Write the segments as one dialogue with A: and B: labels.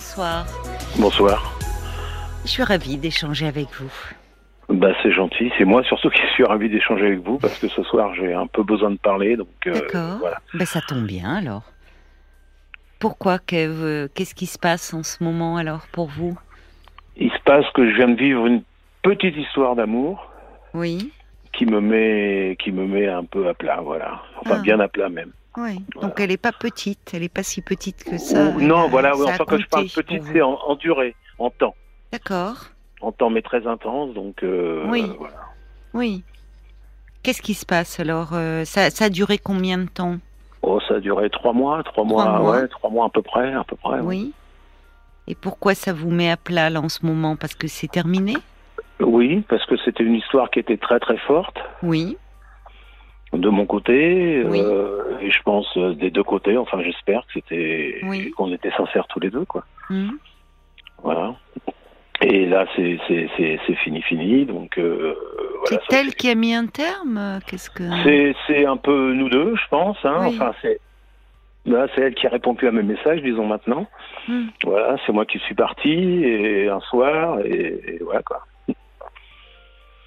A: Bonsoir.
B: Bonsoir.
A: Je suis ravie d'échanger avec vous.
B: Bah, c'est gentil. C'est moi surtout qui suis ravi d'échanger avec vous parce que ce soir j'ai un peu besoin de parler. Donc, euh,
A: D'accord.
B: voilà.
A: Ben, ça tombe bien alors. Pourquoi que- euh, Qu'est-ce qui se passe en ce moment alors pour vous
B: Il se passe que je viens de vivre une petite histoire d'amour
A: Oui.
B: qui me met, qui me met un peu à plat. Voilà. Enfin,
A: Ah.
B: bien à plat même.
A: Oui.
B: Voilà.
A: Donc elle n'est pas petite, elle n'est pas si petite que ça.
B: Ou- non,
A: Elle a-
B: voilà. oui,
A: ça a
B: enfin, quand je parle
A: compté pour
B: petite,
A: vous.
B: c'est en, en durée, en temps,
A: D'accord.
B: en temps mais très intense. Donc, euh,
A: Oui.
B: voilà.
A: Oui. Qu'est-ce qui se passe alors euh, ça, ça a duré combien de temps
B: Oh, ça a duré trois mois,
A: Trois
B: trois mois,
A: mois.
B: ouais, trois mois à peu près, à peu près. ouais.
A: Oui. Et pourquoi ça vous met à plat là en ce moment Parce que c'est terminé
B: Oui, parce que c'était une histoire qui était très très forte.
A: Oui.
B: De mon côté,
A: Oui.
B: euh, et je pense euh, des deux côtés, enfin j'espère que c'était
A: Oui.
B: qu'on était sincères tous les deux, quoi.
A: Hum,
B: Voilà. Et là, c'est c'est- c'est- c'est fini, fini. Donc euh, voilà.
A: c'est
B: ça,
A: elle qui a mis un terme euh, Qu'est-ce que
B: C'est c'est un peu nous deux, je pense. Hein.
A: Oui.
B: Enfin, c'est là, c'est elle qui répond plus à mes messages, disons maintenant.
A: Hum.
B: Voilà, c'est moi qui suis parti et un soir et, et voilà quoi.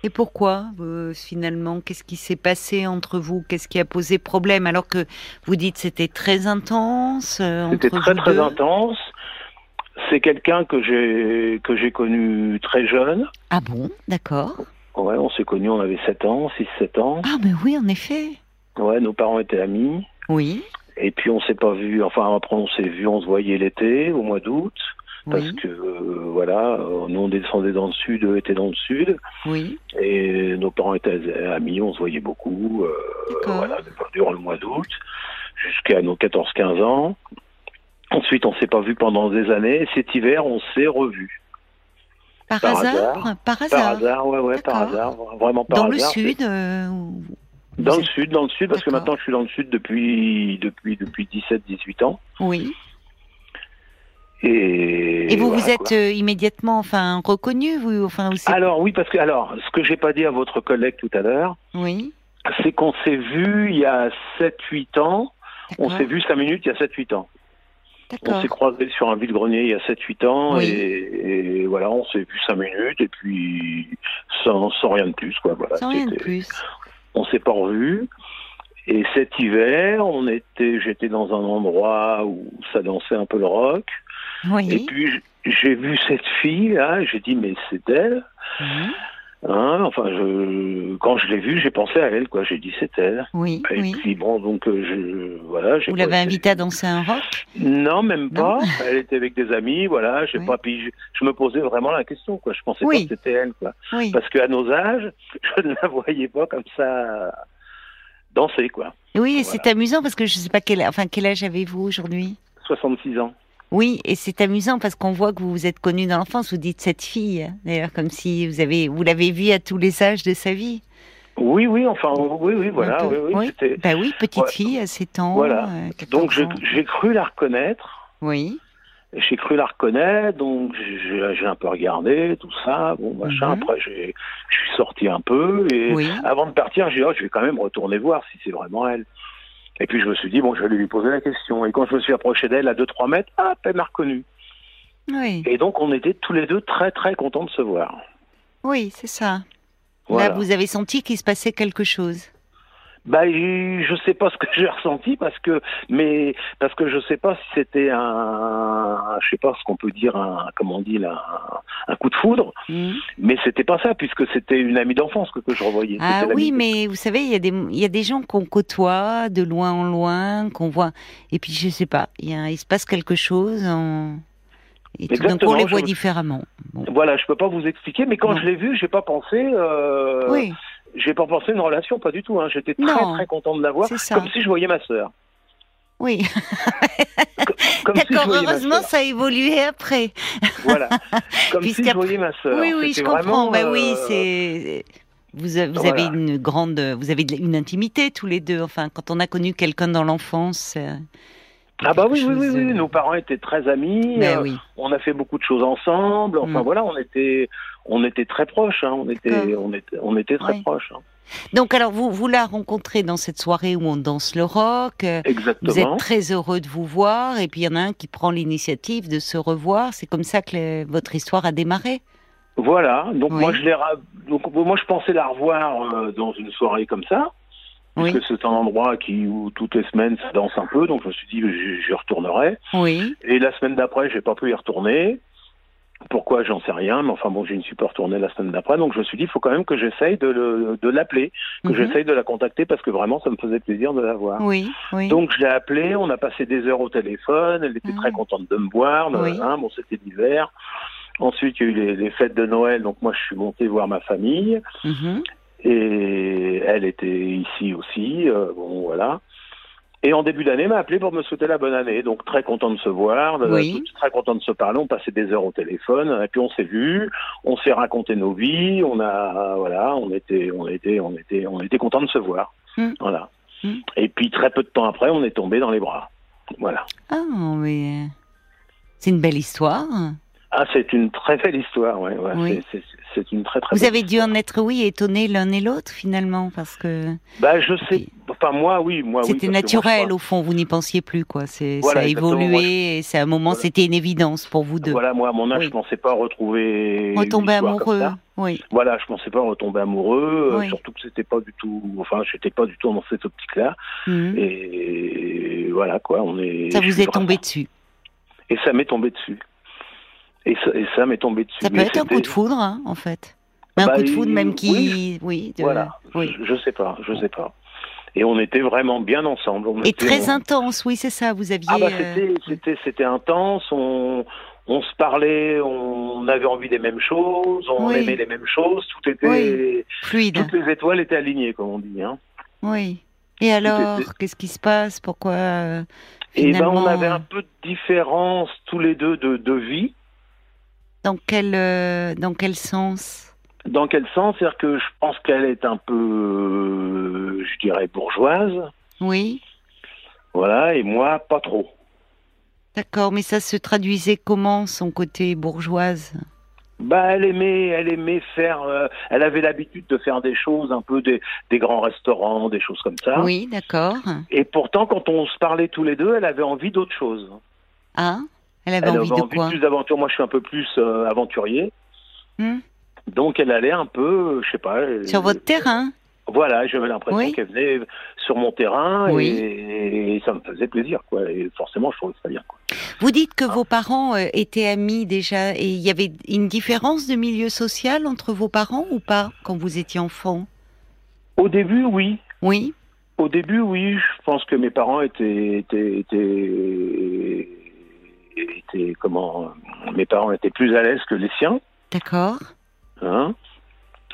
A: Et pourquoi, euh, finalement Qu'est-ce qui s'est passé entre vous Qu'est-ce qui a posé problème Alors que vous dites c'était très intense euh,
B: C'était
A: entre
B: très
A: vous
B: très
A: deux.
B: intense. C'est quelqu'un que j'ai que j'ai connu très jeune.
A: Ah bon D'accord.
B: Ouais, on s'est connus, on avait 7 ans, 6-7 ans.
A: Ah, mais oui, en effet.
B: Ouais, nos parents étaient amis.
A: Oui.
B: Et puis on s'est pas vu, enfin après on s'est vu, on se voyait l'été, au mois d'août, parce
A: Oui.
B: que euh, voilà, euh, nous on descendait dans le sud, eux étaient dans le sud,
A: Oui.
B: et nos parents étaient amis, on se voyait beaucoup, euh,
A: D'accord.
B: voilà, durant le mois d'août, jusqu'à nos 14-15 ans. Ensuite on s'est pas vu pendant des années, et cet hiver on s'est revus.
A: Par,
B: par
A: hasard,
B: hasard.
A: Par
B: Par
A: hasard.
B: hasard, ouais, ouais, par
A: D'accord.
B: hasard, vraiment par
A: Dans le
B: hasard.
A: sud euh, où-
B: Dans
A: Vous
B: le sud, dans le sud, parce que
A: D'accord.
B: maintenant je suis dans le sud depuis depuis depuis 17-18 ans.
A: Oui.
B: Et,
A: Et, vous
B: voilà,
A: vous êtes
B: quoi.
A: euh, immédiatement enfin reconnu vous enfin vous savez-
B: Alors oui, parce que alors ce que j'ai pas dit à votre collègue tout à l'heure,
A: oui.
B: c'est qu'on s'est vu il y a 7-8 ans. On
A: d'accord,
B: s'est vu 5 minutes il y a 7-8 ans. On
A: D'accord.
B: s'est croisé sur un vide-grenier il y a 7-8 ans
A: Oui.
B: et, et voilà, on s'est vu 5 minutes et puis sans, sans rien de plus quoi. Voilà,
A: Sans rien de
B: c'était-
A: plus.
B: on s'est pas revus. Et cet hiver, on était, j'étais dans un endroit où ça dansait un peu le rock.
A: Oui.
B: Et puis j- j'ai vu cette fille là, et j'ai dit mais c'est elle.
A: Mhm.
B: Hein, enfin, je, quand je l'ai vue, j'ai pensé à elle, quoi. J'ai dit c'est elle.
A: Oui.
B: Et
A: Oui.
B: puis bon, donc euh, je, voilà, j'ai
A: Vous
B: pas
A: l'avez
B: été-
A: invité à danser un rock
B: Non, même
A: Non.
B: pas. Elle était avec des amis, voilà. J'ai
A: Oui.
B: pas. Puis je, je me posais vraiment la question, quoi. Je pensais
A: Oui.
B: pas que c'était elle, quoi.
A: Oui.
B: Parce qu'à nos âges, je ne la voyais pas comme ça danser, quoi.
A: Oui, et
B: Voilà.
A: c'est amusant parce que je sais pas quel enfin quel âge avez-vous aujourd'hui
B: 66 ans.
A: Oui, et c'est amusant parce qu'on voit que vous vous êtes connu dans l'enfance, vous dites cette fille hein, d'ailleurs comme si vous avez vous l'avez vue à tous les âges de sa vie.
B: Oui, oui. Enfin, oui, oui, voilà.
A: Un
B: Oui,
A: peu.
B: oui. c'était-
A: Bah oui, petite
B: Ouais.
A: fille à 7 ans.
B: Voilà.
A: euh, 14
B: Donc je-
A: ans.
B: j'ai cru la reconnaître.
A: Oui.
B: J'ai cru la reconnaître, donc j'ai j'ai un peu regardé tout ça, bon machin.
A: Mhm.
B: Après, j'ai- je suis sorti un peu et
A: Oui.
B: avant de partir, j'ai dit oh, je vais quand même retourner voir si c'est vraiment elle. Et puis je me suis dit bon, je vais lui poser la question. Et quand je me suis approché d'elle à 2-3 mètres, hop, elle m'a reconnu.
A: Oui.
B: Et donc on était tous les deux très très contents de se voir.
A: Oui, c'est ça.
B: Voilà.
A: Là, vous avez senti qu'il se passait quelque chose.
B: Bah, j'ai- je sais pas ce que j'ai ressenti parce que, mais parce que je sais pas si c'était un, je sais pas ce qu'on peut dire un, comment on dit là, un- un coup de foudre.
A: Hmm.
B: Mais c'était pas ça, puisque c'était une amie d'enfance que, que je revoyais.
A: Ah
B: C'était
A: oui,
B: l'amie-
A: mais vous savez, il y, a des- il y a des gens qu'on côtoie de loin en loin, qu'on voit. Et puis, je sais pas, il, y a- il se passe quelque chose. en- Et tout d'un coup, on
B: Exactement,
A: les
B: je
A: voit
B: me-
A: différemment. Bon.
B: Voilà, je peux pas vous expliquer, mais quand
A: Non.
B: je l'ai vue, j'ai pas pensé, euh,
A: oui,
B: j'ai pas pensé une relation, pas du tout. Hein. J'étais très
A: Non.
B: très content de la voir,
A: C'est ça.
B: comme si je voyais ma sœur.
A: oui.
B: Comme si je
A: D'accord,
B: voyais ma
A: heureusement,
B: sœur.
A: ça a évolué après.
B: Voilà, comme si je
A: Puisqu'après-
B: voyais ma sœur.
A: oui, oui, je
B: C'était
A: comprends.
B: vraiment,
A: Bah oui,
B: euh,
A: c'est. Vous, a- vous
B: voilà.
A: avez une grande, vous avez de- une intimité tous les deux. Enfin, quand on a connu quelqu'un dans l'enfance. euh, il y a
B: Ah bah
A: quelque
B: oui, oui, oui,
A: chose de-
B: oui, nos parents étaient très amis.
A: Bah
B: euh,
A: oui.
B: On a fait beaucoup de choses ensemble. Enfin
A: Mm.
B: voilà, on était, on était très proches. Hein. On était,
A: D'accord.
B: on était, on était très
A: Oui.
B: proches. hein.
A: Donc alors vous vous la rencontrez dans cette soirée où on danse le rock. euh, Vous
B: Exactement.
A: êtes très heureux de vous voir et puis il y en a un qui prend l'initiative de se revoir. C'est comme ça que le- votre histoire a démarré.
B: Voilà. Donc
A: Oui.
B: moi je l'ai ra- donc moi je pensais la revoir euh, dans une soirée comme ça.
A: Oui.
B: Parce que c'est un endroit qui où toutes les semaines ça danse un peu, donc je me suis dit j'y j'y retournerai.
A: Oui.
B: Et la semaine d'après, j'ai pas pu y retourner. Pourquoi J'en sais rien, mais enfin bon, je ne suis pas retourné la semaine d'après, donc je me suis dit, il faut quand même que j'essaye de, le- de l'appeler, que
A: Mhm.
B: j'essaye de la contacter, parce que vraiment, ça me faisait plaisir de la voir.
A: Oui. Oui.
B: Donc je l'ai appelée, on a passé des heures au téléphone, elle était
A: Ah.
B: très contente de me voir,
A: Oui.
B: hein, bon c'était l'hiver. Ensuite il y a eu les, les fêtes de Noël, donc moi je suis monté voir ma famille,
A: Mhm.
B: et elle était ici aussi, euh, bon voilà. Et en début d'année, elle m'a appelé pour me souhaiter la bonne année, donc très content de se voir, euh, de-
A: Oui.
B: très content de se parler, on passait des heures au téléphone, et puis on s'est vu, on s'est raconté nos vies, on a voilà, on était on était on était on était content de se voir.
A: Mm.
B: Voilà.
A: Mm.
B: Et puis très peu de temps après, on est tombé dans les bras. Voilà.
A: Ah mais euh, c'est une belle histoire.
B: Ah, c'est une très belle histoire, ouais, ouais,
A: Oui.
B: c'est- c'est- C'est une très très.
A: vous
B: belle
A: avez dû
B: histoire.
A: en être oui étonnés l'un et l'autre finalement parce que
B: Bah, je sais.
A: Puis-
B: Enfin, moi, oui, moi, oui.
A: c'était
B: parce que moi, je
A: naturel
B: crois-
A: au fond. Vous n'y pensiez plus quoi. C'est
B: Voilà,
A: ça a
B: exactement, moi,
A: évolué et c'est à un moment
B: Voilà.
A: c'était une évidence pour vous deux.
B: Voilà, moi, à mon âge,
A: Oui.
B: je pensais pas retrouver. une
A: Retomber
B: histoire comme
A: amoureux.
B: ça.
A: Oui.
B: Voilà, je pensais pas retomber amoureux, euh,
A: Oui.
B: surtout que c'était pas du tout. Enfin, j'étais pas du tout dans cette optique-là.
A: Mhm.
B: Et voilà, quoi, on est.
A: Ça
B: je
A: vous
B: suis
A: est tombé
B: vraiment-
A: dessus.
B: Et ça m'est tombé dessus. Et ça, et ça m'est tombé dessus.
A: Ça peut
B: Mais
A: être un
B: c'était-
A: coup de foudre, hein, en fait. Mais un
B: Bah,
A: coup de foudre,
B: il-
A: même qui. Oui, de-
B: Voilà.
A: euh, oui.
B: Je, je sais pas, je sais pas. Et on était vraiment bien ensemble. On
A: Et
B: était-
A: très
B: on-
A: intense, oui, c'est ça. Vous aviez.
B: Ah bah
A: euh,
B: c'était c'était c'était intense. On on se parlait, on avait envie des mêmes choses, on
A: Oui.
B: aimait les mêmes choses. Tout était
A: Oui. fluide.
B: toutes les étoiles étaient alignées, comme on dit. Hein.
A: Oui. Et alors,
B: était-
A: qu'est-ce qui se passe Pourquoi euh,
B: Et ben
A: finalement,
B: on avait un peu de différence tous les deux de, de vie.
A: dans quel euh, dans quel sens
B: Dans quel sens C'est-à-dire que je pense qu'elle est un peu, euh, je dirais, bourgeoise.
A: Oui,
B: Voilà, et moi, pas trop.
A: d'accord. Mais ça se traduisait comment son côté bourgeoise
B: Bah, elle aimait, elle aimait faire. euh, elle avait l'habitude de faire des choses, un peu des, des grands restaurants, des choses comme ça.
A: Oui, d'accord.
B: Et pourtant, quand on se parlait tous les deux, elle avait envie d'autre chose.
A: Ah, elle avait
B: Elle
A: envie de quoi
B: plus d'aventure. Moi, je suis un peu plus euh, aventurier.
A: Hmm
B: Donc, elle allait un peu, euh, je sais pas. euh,
A: Sur votre terrain.
B: Voilà, j'avais l'impression
A: Oui.
B: qu'elle venait sur mon terrain
A: Oui.
B: et, et ça me faisait plaisir, quoi. Et forcément, je trouvais ça bien. Quoi.
A: Vous dites que vos parents euh, étaient amis déjà et il y avait une différence de milieu social entre vos parents ou pas quand vous étiez enfant
B: Au début, oui.
A: Oui,
B: Au début, oui. Je pense que mes parents étaient, étaient, étaient, étaient- comment Mes parents étaient plus à l'aise que les siens.
A: d'accord.
B: Hein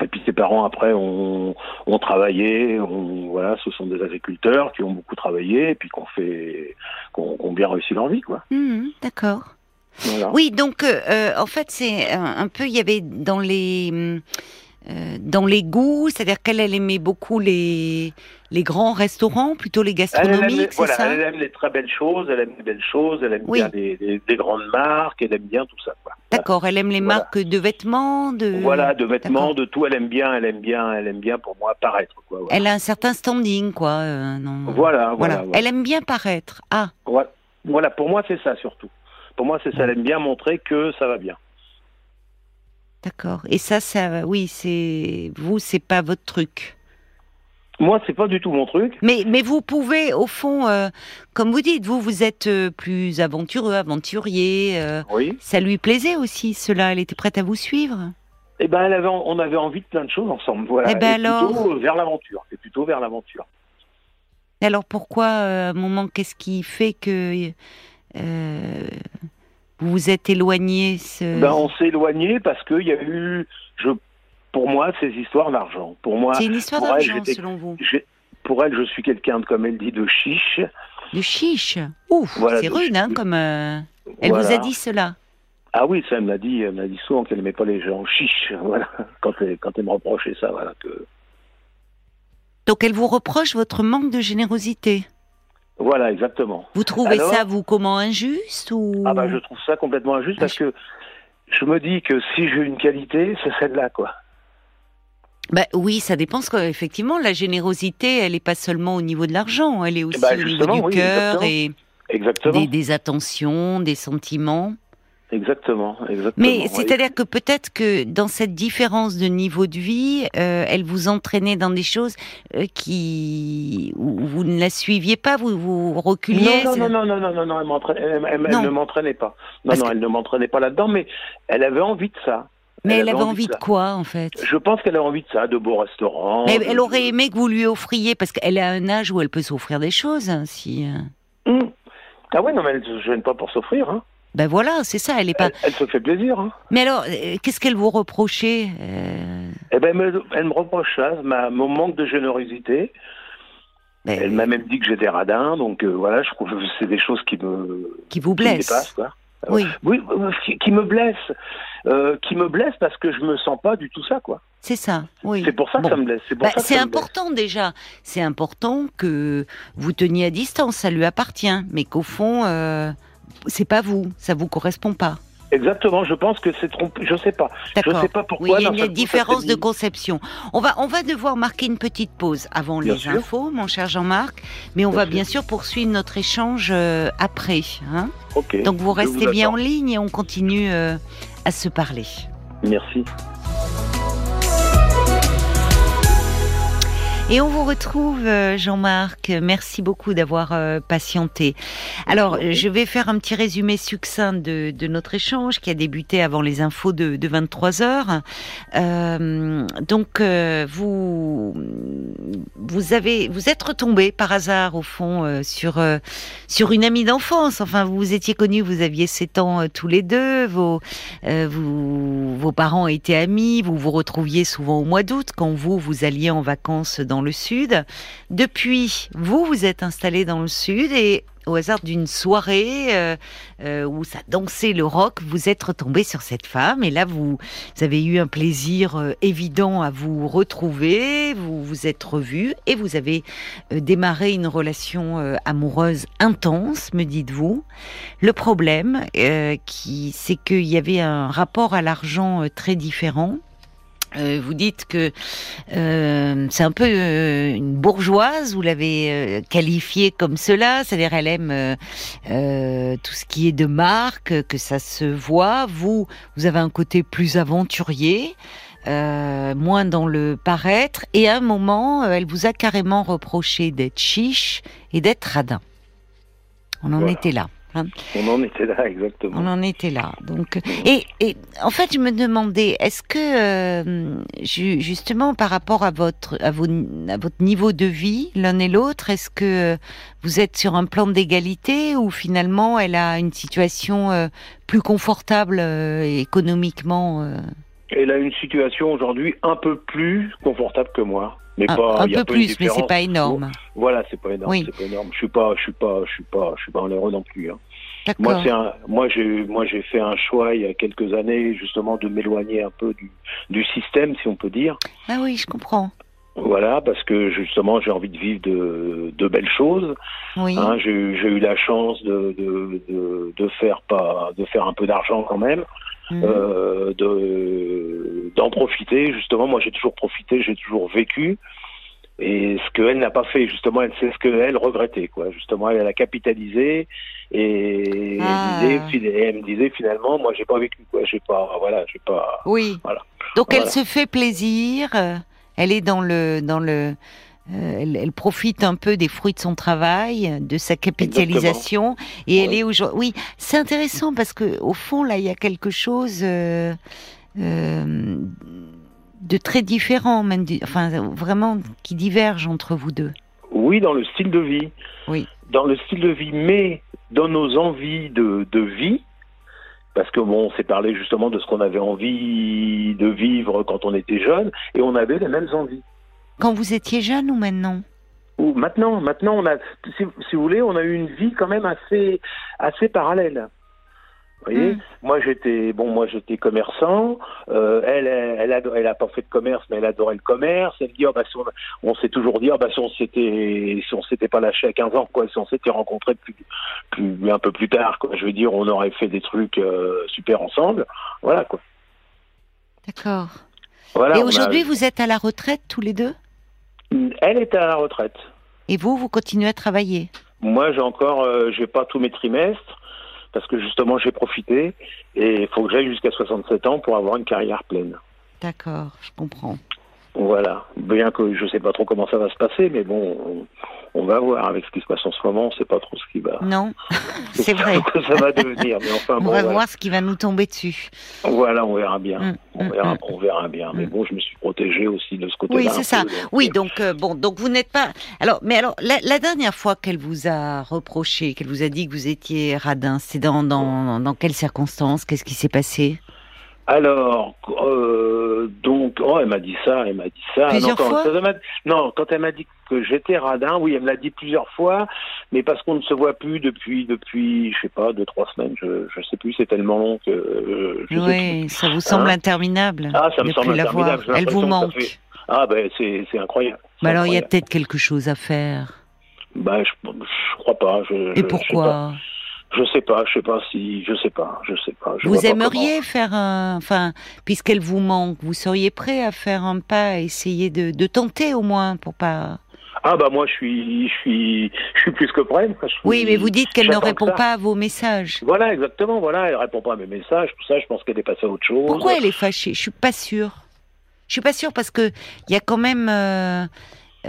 B: et puis ses parents après ont, ont travaillé, ont, voilà, ce sont des agriculteurs qui ont beaucoup travaillé et puis qu'on fait, qu'on qu'on bien réussi leur vie, quoi.
A: Mhm, d'accord.
B: Voilà.
A: Oui, donc euh, euh, en fait c'est un, un peu il y avait dans les hum, euh, dans les goûts, c'est-à-dire qu'elle elle aimait beaucoup les les grands restaurants, plutôt les
B: Elle, elle aime,
A: gastronomiques, c'est
B: voilà,
A: ça
B: elle aime les très belles choses, elle aime les belles choses, elle aime
A: Oui.
B: bien des, des- des grandes marques, elle aime bien tout ça. Quoi.
A: D'accord, elle aime les
B: Voilà.
A: marques de vêtements, de
B: voilà, de vêtements,
A: Euh, d'accord.
B: de tout, elle aime bien, elle aime bien, elle aime bien pour moi paraître. Quoi, voilà.
A: Elle a un certain standing quoi, euh, non. Voilà.
B: Voilà, voilà, voilà.
A: elle aime bien paraître. Ah,
B: Voilà. Voilà, pour moi c'est ça surtout. Pour moi c'est ça, elle aime bien montrer que ça va bien.
A: D'accord. Et ça, ça, oui, c'est vous, c'est pas votre truc.
B: Moi c'est pas du tout mon truc.
A: Mais, mais vous pouvez, au fond, euh, comme vous dites, vous, vous êtes euh, plus aventureux, aventurier. euh,
B: Oui.
A: ça lui plaisait aussi, cela. Elle était prête à vous suivre.
B: Et ben elle avait, en- on avait envie de plein de choses ensemble. Voilà.
A: Eh ben
B: Et
A: alors
B: plutôt vers l'aventure. C'est plutôt vers l'aventure.
A: Et Alors pourquoi, euh, à un moment, qu'est-ce qui fait que euh, vous vous êtes éloigné ce...
B: Ben on s'est éloigné parce qu'il y a eu, je, pour moi ces histoires d'argent. Pour moi,
A: C'est une histoire
B: Ouais,
A: d'argent,
B: j'étais-
A: selon vous.
B: j'ai- pour elle, je suis quelqu'un de, comme elle dit, de chiche.
A: De chiche. Ouf,
B: Voilà,
A: c'est
B: de
A: rude, hein,
B: chiche.
A: comme. euh, Elle vous a
B: Voilà.
A: dit cela.
B: Ah oui, ça elle me l'a dit, elle me l'a dit souvent qu'elle n'aimait pas les gens chiches. Voilà, quand elle, quand elle me reprochait ça, voilà que.
A: Donc elle vous reproche votre manque de générosité.
B: Voilà, exactement.
A: Vous trouvez
B: Alors
A: ça, vous, comment injuste ou...
B: Ah bah je trouve ça complètement
A: Bah,
B: injuste parce que je me dis que si j'ai une qualité, c'est celle-là, quoi.
A: Bah oui, ça dépend. parce que, Effectivement, la générosité, elle n'est pas seulement au niveau de l'argent, elle est aussi
B: bah,
A: au niveau
B: justement,
A: du
B: oui,
A: cœur et
B: Exactement.
A: des, des attentions, des sentiments.
B: Exactement. Exactement.
A: Mais
B: oui.
A: c'est-à-dire que peut-être que dans cette différence de niveau de vie, euh, elle vous entraînait dans des choses euh, qui où vous ne la suiviez pas, vous vous reculiez.
B: Non,
A: c'est-
B: non, non, non, non, non, non, elle, m'entraîne- elle- elle- elle
A: Non.
B: ne m'entraînait pas. Non,
A: Parce
B: non,
A: que-
B: elle ne m'entraînait pas là-dedans, mais elle avait envie de ça.
A: Mais elle avait envie
B: de
A: de
B: ça.
A: quoi en fait
B: Je pense qu'elle avait envie de ça, de beaux restaurants.
A: Mais
B: de-
A: elle aurait aimé que vous lui offriez parce qu'elle a un âge où elle peut s'offrir des choses. hein, si euh.
B: Hum. Ah ouais, non, mais elle ne se gêne pas pour s'offrir. hein.
A: ben voilà, c'est ça, elle est pas.
B: Elle, elle se fait plaisir. hein.
A: Mais alors, euh, qu'est-ce qu'elle vous reprochait euh,
B: Eh ben, elle me- elle me reproche ça, ma, mon manque de générosité.
A: ben,
B: Elle m'a même dit que j'étais radin, donc euh, voilà, je trouve que c'est des choses qui me,
A: qui vous
B: qui me
A: blesse
B: dépassent. Quoi.
A: Oui,
B: Oui, euh, qui, qui me blessent. Euh, qui me blessent parce que je me sens pas du tout ça, quoi.
A: c'est ça. Oui.
B: C'est pour ça
A: Bon.
B: que ça me blesse. C'est pour
A: Bah,
B: ça que
A: c'est
B: ça me blesse.
A: important déjà. C'est important que vous teniez à distance. Ça lui appartient, mais qu'au fond, euh, c'est pas vous. Ça vous correspond pas.
B: Exactement, je pense que c'est trompé, je sais pas. Je
A: D'accord.
B: sais pas
A: Oui,
B: pourquoi.
A: il y a
B: d'un seul
A: une
B: coup,
A: différence
B: ça
A: de
B: s'est
A: conception. On va, on va devoir marquer une petite pause avant
B: Bien
A: les
B: sûr.
A: infos, mon cher Jean-Marc, mais on
B: Bien
A: va
B: sûr.
A: bien sûr poursuivre notre échange euh, après. hein.
B: mis. Ok,
A: Donc vous
B: je vous
A: restez bien en
B: attends.
A: ligne et on continue euh, à se parler.
B: Merci.
A: Et on vous retrouve, euh, Jean-Marc. Merci beaucoup d'avoir euh, patienté. Alors, euh, je vais faire un petit résumé succinct de, de notre échange qui a débuté avant les infos de, de 23 heures. Euh, donc, euh, vous vous avez vous êtes retombé par hasard au fond euh, sur euh, sur une amie d'enfance. Enfin, vous vous étiez connus, vous aviez 7 ans euh, tous les deux. Vos euh, vous, vos parents étaient amis, vous vous retrouviez souvent au mois d'août quand vous, vous alliez en vacances dans le sud. Depuis, vous, vous êtes installé dans le sud et au hasard d'une soirée euh, euh, où ça dansait le rock, vous êtes retombé sur cette femme et là, vous, vous avez eu un plaisir euh, évident à vous retrouver, vous vous êtes revus et vous avez euh, démarré une relation euh, amoureuse intense, me dites-vous. Le problème, euh, qui, c'est qu'il y avait un rapport à l'argent euh, très différent. Euh, vous dites que euh, c'est un peu euh, une bourgeoise, vous l'avez euh, qualifiée comme cela, c'est-à-dire elle aime euh, euh, tout ce qui est de marque, euh, que ça se voit. Vous, vous avez un côté plus aventurier, euh, moins dans le paraître, et à un moment, euh, elle vous a carrément reproché d'être chiche et d'être radin. On en
B: Voilà.
A: était là.
B: On en était là, exactement.
A: On en était là. Donc, et, et en fait, je me demandais, est-ce que euh, ju- justement par rapport à votre à, vos- à votre niveau de vie, l'un et l'autre, est-ce que euh, vous êtes sur un plan d'égalité ou finalement elle a une situation euh, plus confortable euh, économiquement, euh,
B: Elle a une situation aujourd'hui un peu plus confortable que moi. Mais
A: un,
B: pas,
A: un
B: il y a
A: peu
B: pas une
A: plus, mais c'est
B: différence.
A: pas énorme.
B: Voilà, c'est pas énorme,
A: Oui.
B: c'est pas énorme. Je suis pas, je suis pas, je suis pas, je suis pas malheureux non plus. hein. Moi,
A: D'accord.
B: c'est un, moi j'ai, moi j'ai fait un choix il y a quelques années justement de m'éloigner un peu du, du système, si on peut dire.
A: Ah oui, je comprends.
B: Voilà, parce que justement j'ai envie de vivre de, de belles choses.
A: Oui.
B: Hein, j'ai, eu- j'ai eu la chance de, de, de, de faire pas, de faire un peu d'argent quand même,
A: Mhm.
B: euh, de, d'en profiter. Justement, moi j'ai toujours profité, j'ai toujours vécu. Et ce qu'elle n'a pas fait, justement, elle sait ce qu'elle regrettait, quoi. Justement, elle, elle a capitalisé et
A: Ah.
B: elle, disait, fi- et elle me disait finalement, moi j'ai pas vécu, quoi. J'ai pas, voilà, j'ai pas.
A: Oui.
B: Voilà.
A: Donc elle
B: Voilà.
A: se fait plaisir, euh, elle est dans le dans le euh, elle, elle profite un peu des fruits de son travail, euh, de sa capitalisation, et elle
B: Ouais.
A: est aujourd'hui. Oui, c'est intéressant parce que au fond là, il y a quelque chose euh, euh, de très différent, même, du- enfin vraiment qui diverge entre vous deux.
B: Oui, dans le style de vie.
A: Oui.
B: Dans le style de vie, mais dans nos envies de, de vie, parce que bon, on s'est parlé justement de ce qu'on avait envie de vivre quand on était jeune, et on avait les mêmes envies.
A: Quand vous étiez jeune ou maintenant
B: Ou maintenant, maintenant, on a, si, si vous voulez, on a eu une vie quand même assez, assez parallèle. Vous voyez,
A: Mm.
B: moi j'étais, bon, moi j'étais commerçant. euh, elle, elle, elle, ado- elle a pas fait de commerce, mais elle adorait le commerce. Elle dit, oh, bah, si on, on s'est toujours dit, oh, bah, si on s'était, si on s'était pas lâché à 15 ans, quoi, si on s'était rencontrés plus, plus, un peu plus tard, quoi. Je veux dire, on aurait fait des trucs euh, super ensemble. Voilà, quoi.
A: D'accord. Et
B: Voilà, on a-
A: aujourd'hui, vous êtes à la retraite tous les deux
B: Elle est à la retraite.
A: et vous, vous continuez à travailler.
B: Moi, j'ai encore, euh, j'ai pas tous mes trimestres parce que justement, j'ai profité et il faut que j'aille jusqu'à 67 ans pour avoir une carrière pleine.
A: D'accord, je comprends.
B: Voilà. Bien que je sais pas trop comment ça va se passer, mais bon, on, on va voir avec ce qui se passe en ce moment. On sait pas trop ce qui va.
A: Non, Mm, c'est vrai.
B: que ça va devenir. Mais enfin,
A: On
B: Ah bon,
A: va
B: voilà.
A: voir ce qui va nous tomber dessus.
B: Voilà, on verra bien.
A: Mm,
B: On
A: mm,
B: verra,
A: mm.
B: on verra bien. Mais
A: Mm.
B: bon, je me suis protégé aussi de ce côté-là.
A: Oui,
B: un
A: c'est ça.
B: peu, donc,
A: Oui,
B: euh,
A: donc euh, bon, donc vous n'êtes pas. Alors, mais alors, la, la dernière fois qu'elle vous a reproché, qu'elle vous a dit que vous étiez radin, c'est dans dans, dans quelles circonstances Qu'est-ce qui s'est passé
B: Alors, euh, donc, oh, elle m'a dit ça, elle m'a dit ça.
A: Plusieurs
B: non, quand,
A: fois
B: quand elle m'a- non, quand elle m'a dit que j'étais radin, oui, elle me l'a dit plusieurs fois, mais parce qu'on ne se voit plus depuis, depuis, je sais pas, deux, trois semaines, je, je sais plus, c'est tellement long que euh, je sais plus.
A: Oui, ça vous semble
B: Hein
A: interminable
B: Ah, ça me
A: de
B: semble
A: plus la voir.
B: interminable. j'ai
A: Elle vous
B: l'impression que ça
A: manque.
B: fait- Ah, ben, c'est, c'est incroyable.
A: Mais
B: C'est
A: alors, il y a
B: incroyable.
A: peut-être quelque chose à faire.
B: Bah, je, je crois pas. Je, Euh, je-
A: Et pourquoi
B: Je sais pas, je sais pas si, je sais pas, je sais pas. je vois
A: Vous
B: pas
A: aimeriez faire un, enfin, puisqu'elle vous manque, vous seriez prêt à faire un pas, essayer de, de tenter au moins pour pas.
B: comment. Ah bah moi je suis, je suis, je suis plus que prêt. moi, je suis-
A: Oui, mais vous dites qu'elle ne
B: j'attends que
A: répond
B: ça.
A: pas à vos messages.
B: Voilà, exactement. Voilà, elle répond pas à mes messages, tout ça. Je pense qu'elle est passée à autre chose.
A: Pourquoi elle est fâchée Je suis pas sûre. Je suis pas sûre parce que il y a quand même, euh,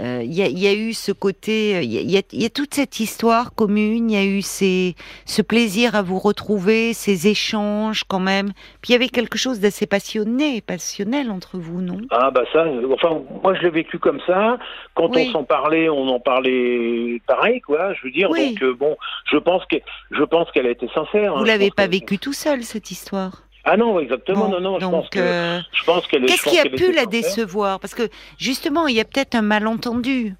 A: euh, il y, a, il y a eu ce côté, il y a, il y a- il y a toute cette histoire commune, il y a eu ces, ce plaisir à vous retrouver, ces échanges quand même. Puis il y avait quelque chose d'assez passionné, passionnel entre vous, non
B: Ah bah ça, euh, enfin moi je l'ai vécu comme ça. Quand
A: Oui.
B: on s'en parlait, on en parlait pareil, quoi. Je veux dire,
A: Oui.
B: donc euh, bon, je pense que je pense qu'elle a été sincère. hein,
A: Vous
B: je
A: l'avez
B: pense
A: pas
B: que-
A: vécu tout seul cette histoire.
B: Ah non, exactement,
A: Bon,
B: non, non. Je
A: donc,
B: pense que
A: euh,
B: je pense qu'elle. je
A: qu'est-ce
B: pense
A: qui a
B: qu'elle
A: pu
B: était
A: la
B: sincère.
A: décevoir Parce que justement, il y a peut-être un malentendu.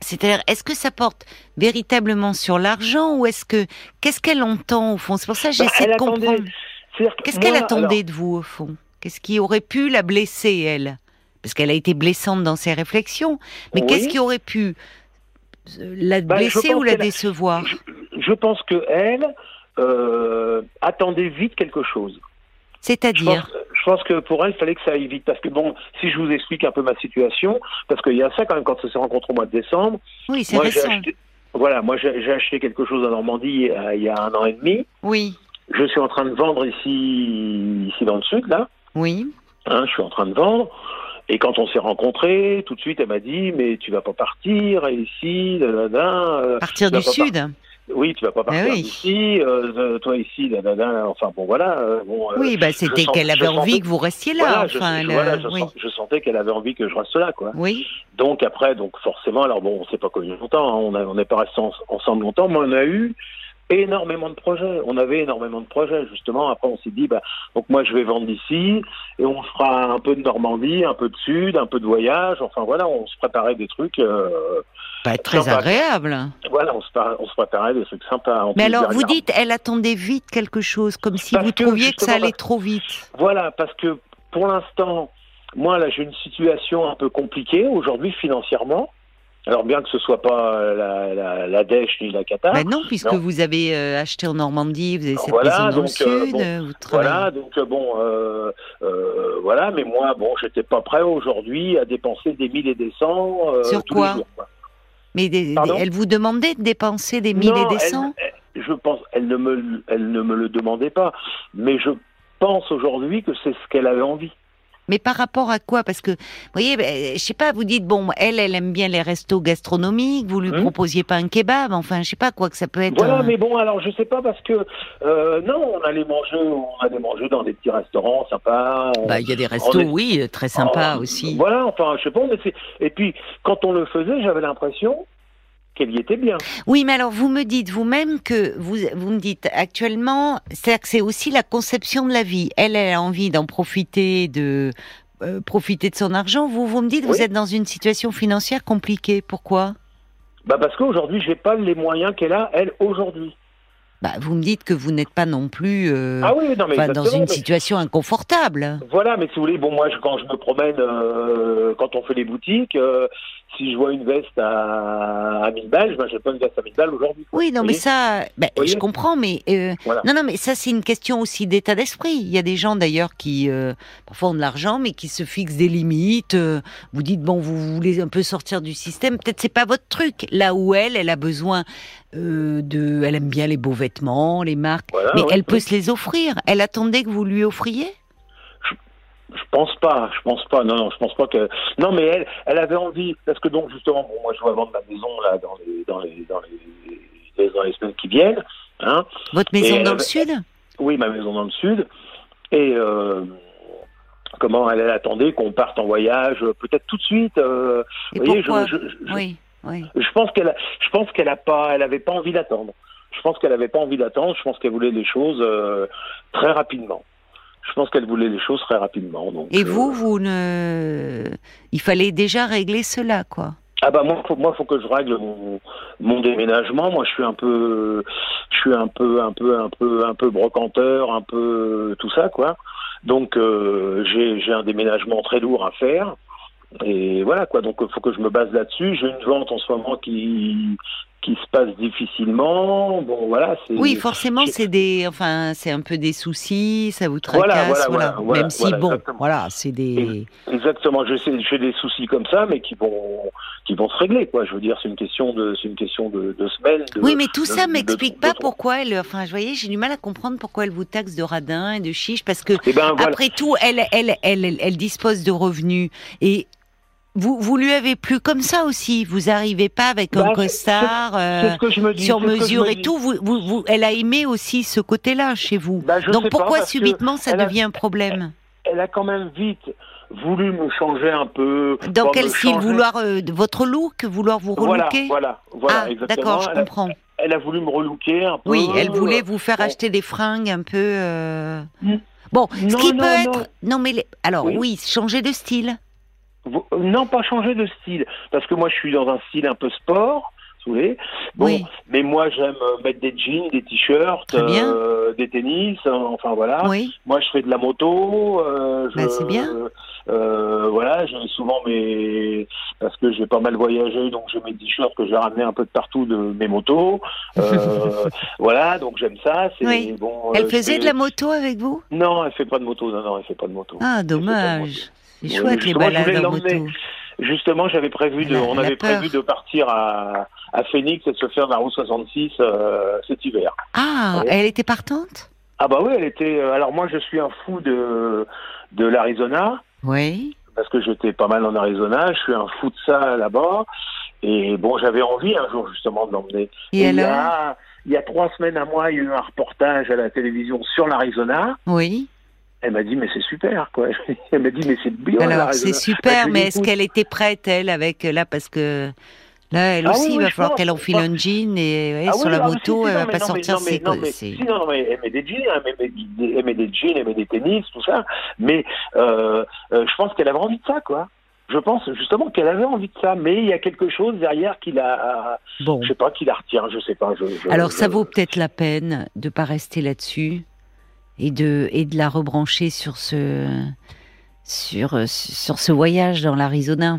A: C'est-à-dire, est-ce que ça porte véritablement sur l'argent ou est-ce que qu'est-ce qu'elle entend au fond C'est pour ça que
B: Bah,
A: j'essaie
B: elle
A: de
B: attendait-
A: comprendre.
B: C'est-à-dire que
A: Qu'est-ce qu'elle
B: moi,
A: attendait de vous au fond Qu'est-ce qui aurait pu la blesser elle Parce qu'elle a été blessante dans ses réflexions. Mais
B: Oui.
A: qu'est-ce qui aurait pu euh, la
B: Bah, je
A: blesser
B: pense
A: ou la
B: qu'elle a-
A: décevoir
B: je pense que elle euh, attendait vite quelque chose. Je pense,
A: C'est-à-dire
B: je pense que pour elle, il fallait que ça aille vite. Parce que bon, si je vous explique un peu ma situation, parce qu'il y a ça quand même, quand on s'est rencontrés au mois de décembre,
A: Oui, c'est
B: moi j'ai
A: récent.
B: acheté, voilà, moi j'ai j'ai acheté quelque chose à Normandie euh, il y a un an et demi.
A: Oui,
B: Je suis en train de vendre ici, ici dans le sud, là.
A: oui.
B: Hein, je suis en train de vendre. Et quand on s'est rencontrés, tout de suite, elle m'a dit, mais tu vas pas partir et ici, nanana, euh,
A: Partir
B: Bah,
A: du
B: pas par-
A: sud.
B: oui, tu vas pas partir
A: Ah oui.
B: d'ici, euh, toi ici, nanana, enfin bon, voilà. euh, bon, euh,
A: Oui, bah, c'était
B: sens-
A: qu'elle
B: je
A: avait envie
B: sentais-
A: que vous restiez là.
B: voilà, je,
A: enfin,
B: je-
A: elle,
B: voilà,
A: euh,
B: je
A: oui.
B: sens- je sentais qu'elle avait envie que je reste là, quoi.
A: Oui,
B: Donc après, donc forcément, alors bon, on s'est pas connus longtemps, hein, on a- on n'est pas restés en- ensemble longtemps, mais on a eu énormément de projets. On avait énormément de projets, justement. Après, on s'est dit, bah, donc moi, je vais vendre ici, et on fera un peu de Normandie, un peu de Sud, un peu de voyage. Enfin voilà, on se préparait des trucs. euh,
A: pas très
B: Sympa.
A: agréable.
B: voilà, on se, par- on se préparait des trucs sympas. En
A: Mais
B: plus,
A: alors, vous
B: derrière-
A: dites, elle attendait vite quelque chose, comme si
B: Parce
A: vous
B: que,
A: trouviez que ça
B: justement,
A: allait
B: parce-
A: trop vite.
B: Voilà, parce que pour l'instant, moi là, j'ai une situation un peu compliquée aujourd'hui financièrement. Alors bien que ce soit pas euh, la, la, la Dèche ni la Qatar.
A: Bah non, puisque
B: hein non.
A: vous avez euh, acheté en Normandie, vous avez cette
B: Voilà,
A: maison dans le
B: donc, euh,
A: sud,
B: bon,
A: euh, vous travaillez.
B: Voilà, donc euh, bon, euh, euh, voilà, mais moi, bon, j'étais pas prêt aujourd'hui à dépenser des mille et des cents euh,
A: Sur
B: tous
A: quoi
B: les jours. quoi.
A: Mais des- des-
B: Pardon
A: elle vous demandait de dépenser des mille et
B: Non,
A: des
B: elle-
A: cents
B: elle- je pense, elle ne me, elle ne me le demandait pas, mais je pense aujourd'hui que c'est ce qu'elle avait envie.
A: Mais par rapport à quoi Parce que, vous voyez, ben, je sais pas, vous dites, bon, elle, elle aime bien les restos gastronomiques, vous lui
B: Hmm.
A: proposiez pas un kebab, enfin, je sais pas quoi que ça peut être. euh.
B: Voilà,
A: un-
B: mais bon, alors je sais pas parce que euh, non, on allait manger, on allait manger dans des petits restaurants sympas. on-
A: Bah, il y a des restos,
B: est- Oh.
A: oui, euh, très sympas
B: on-
A: aussi.
B: Voilà, enfin, je sais pas. mais c'est- Et puis, quand on le faisait, j'avais l'impression qu'elle y était bien.
A: Oui, mais alors vous me dites vous-même que vous, vous me dites actuellement, c'est-à-dire que c'est aussi la conception de la vie. Elle, elle a envie d'en profiter, de euh, profiter de son argent. Vous, vous me dites,
B: Oui.
A: vous êtes dans une situation financière compliquée. Pourquoi
B: Bah parce qu'aujourd'hui, j'ai pas les moyens qu'elle a, elle, aujourd'hui.
A: Bah, vous me dites que vous n'êtes pas non plus euh,
B: ah oui, non mais
A: enfin, dans
B: exactement,
A: une
B: mais-
A: situation inconfortable.
B: Voilà, mais si vous voulez, bon moi, je- quand je me promène, euh, quand on fait les boutiques, euh, si je vois une veste à, à 1000 balles, ben, je n'achète pas une veste à 1000 balles aujourd'hui.
A: Oui, non,
B: Vous
A: mais
B: voyez
A: ça, ben, je
B: Vous voyez
A: comprends, mais euh,
B: Voilà.
A: non, non, mais ça, c'est une question aussi d'état d'esprit. Il y a des gens d'ailleurs qui, euh, parfois, ont de l'argent, mais qui se fixent des limites. euh, vous dites bon, vous voulez un peu sortir du système. Peut-être c'est pas votre truc. Là où elle, elle a besoin euh, de, elle aime bien les beaux vêtements, les marques,
B: Voilà,
A: mais
B: Ah ouais.
A: elle peut se les offrir. Elle attendait que vous lui offriez.
B: Je pense pas, je pense pas, non, non, je pense pas que. Non, mais elle, elle avait envie, parce que donc justement, bon, moi je dois vendre ma maison là dans les, dans les, dans les, dans les semaines qui viennent, hein.
A: Votre maison
B: elle
A: dans le
B: avait-
A: sud.
B: Oui, ma maison dans le sud, et euh, comment elle, elle attendait qu'on parte en voyage, peut-être tout de suite. euh,
A: Et
B: vous voyez, je-
A: pourquoi
B: je, je-
A: Oui, oui.
B: je pense qu'elle, a- je pense qu'elle a pas, elle avait pas envie d'attendre. Je pense qu'elle avait pas envie d'attendre. Je pense qu'elle voulait les choses euh, très rapidement. Je pense qu'elle voulait les choses très rapidement. Donc,
A: Et
B: euh,
A: vous, vous ne, il fallait déjà régler cela, quoi.
B: Ah bah moi, faut, moi faut que je règle mon, mon déménagement. Moi, je suis un peu, je suis un peu, un peu, un peu, un peu brocanteur, un peu tout ça quoi. Donc euh, j'ai j'ai un déménagement très lourd à faire. Et voilà quoi. Donc faut que je me base là-dessus. J'ai une vente en ce moment qui qui se passe difficilement. Bon voilà. c'est-
A: Oui, forcément,
B: je-
A: c'est des, enfin, c'est un peu des soucis, ça vous tracasse,
B: Voilà,
A: voilà.
B: voilà, voilà, voilà,
A: Même si
B: voilà,
A: bon,
B: exactement.
A: voilà, c'est des.
B: Exactement, je sais, j'ai des soucis comme ça, mais qui vont, qui vont se régler, quoi. Je veux dire, c'est une question de, c'est une question de, de semaines. de-
A: oui, mais tout ça
B: de-
A: m'explique
B: de-
A: pas
B: de-
A: pourquoi elle. Enfin, je voyais, j'ai du mal à comprendre pourquoi elle vous taxe de radin et de chiche, parce que
B: Eh ben voilà.
A: après tout, elle, elle, elle, elle, elle dispose de revenus et. Vous, vous lui avez plu comme ça aussi. Vous arrivez pas avec un
B: Bah, c'est-
A: costard euh,
B: C'est ce que je me dis.
A: sur
B: c'est ce que je
A: mesure
B: me
A: et
B: dis.
A: tout. Vous, vous, vous- elle a aimé aussi ce côté-là chez vous.
B: Bah, je sais
A: Donc
B: pas,
A: pourquoi
B: parce que
A: subitement ça
B: elle a-
A: devient un problème
B: Elle a quand même vite voulu me changer un peu.
A: Dans
B: bon,
A: quel
B: me
A: style
B: changer.
A: Vouloir euh, de- votre look Vouloir vous
B: Voilà,
A: relooker
B: voilà, voilà,
A: Ah,
B: exactement.
A: d'accord, je
B: elle, a,
A: comprends.
B: elle a voulu me relooker un peu.
A: Oui, elle voulait vous faire
B: euh, bon.
A: acheter des fringues un peu. euh,
B: Mm.
A: Bon, ce
B: Non,
A: qui peut
B: non, non.
A: être. Non, mais. les- Alors, oui.
B: Oui.
A: changer de style.
B: Vous- Euh, Non, pas changer de style, parce que moi je suis dans un style un peu sport, vous voyez. Bon,
A: Oui.
B: mais moi j'aime euh, mettre des jeans, des t-shirts,
A: Très bien.
B: euh, des tennis, euh, enfin voilà.
A: Oui.
B: Moi je fais de la moto. euh, je-
A: Bah, c'est bien.
B: euh, voilà, j'ai souvent mes parce que j'ai pas mal voyagé, donc j'ai mes t-shirts que j'ai ramenés un peu de partout de mes motos. Euh, voilà, donc j'aime ça. C'est
A: Oui.
B: bon. euh,
A: Elle
B: je
A: faisait
B: fais-
A: de la moto avec vous
B: Non, elle fait pas de moto. Non, non, elle fait pas de moto.
A: Ah,
B: de la moto.
A: dommage. C'est
B: Oui,
A: chouette les
B: justement, je voulais
A: balades en
B: l'emmener.
A: moto.
B: Justement, j'avais prévu de,
A: Elle a-
B: on
A: elle a
B: avait prévu
A: peur.
B: de partir à, à Phoenix et de se faire la route 66 euh, cet hiver.
A: Ah,
B: Oui.
A: elle était partante
B: Ah bah oui, elle était. euh, Alors moi, je suis un fou de de l'Arizona
A: Oui.
B: parce que j'étais pas mal en Arizona. Je suis un fou de ça là-bas. Et bon, j'avais envie un jour justement de l'emmener.
A: Et,
B: il, y
A: alors
B: a, il y a trois semaines à moi, il y a eu un reportage à la télévision sur l'Arizona.
A: Oui.
B: Elle m'a dit mais c'est super quoi. Elle m'a dit mais c'est bien
A: Alors, c'est
B: l'Arizona.
A: super,
B: je lui
A: mais
B: dis,
A: est-ce
B: écoute-
A: qu'elle était prête, elle, avec euh, là, parce que là, elle
B: Ah
A: aussi,
B: oui,
A: il
B: oui,
A: va
B: je
A: falloir
B: pense,
A: qu'elle
B: je
A: enfile un jean et ouais, sur la
B: oui, ah oui,
A: moto,
B: si, si,
A: elle va
B: non, mais
A: pas
B: non, mais
A: sortir
B: non, mais
A: ses.
B: non, mais-
A: ses-
B: si, non, non, mais elle met des jeans, hein, elle met, des- elle met des jeans, elle met des tennis, tout ça. Mais euh, euh, je pense qu'elle avait envie de ça, quoi. Je pense justement qu'elle avait envie de ça, mais il y a quelque chose derrière qui la,
A: Bon.
B: je sais pas, qui la retient, je sais pas. Je, je-
A: Alors, ça
B: je-
A: vaut peut-être la peine de pas rester là-dessus et de et de la rebrancher sur ce sur euh, sur ce voyage dans l'Arizona.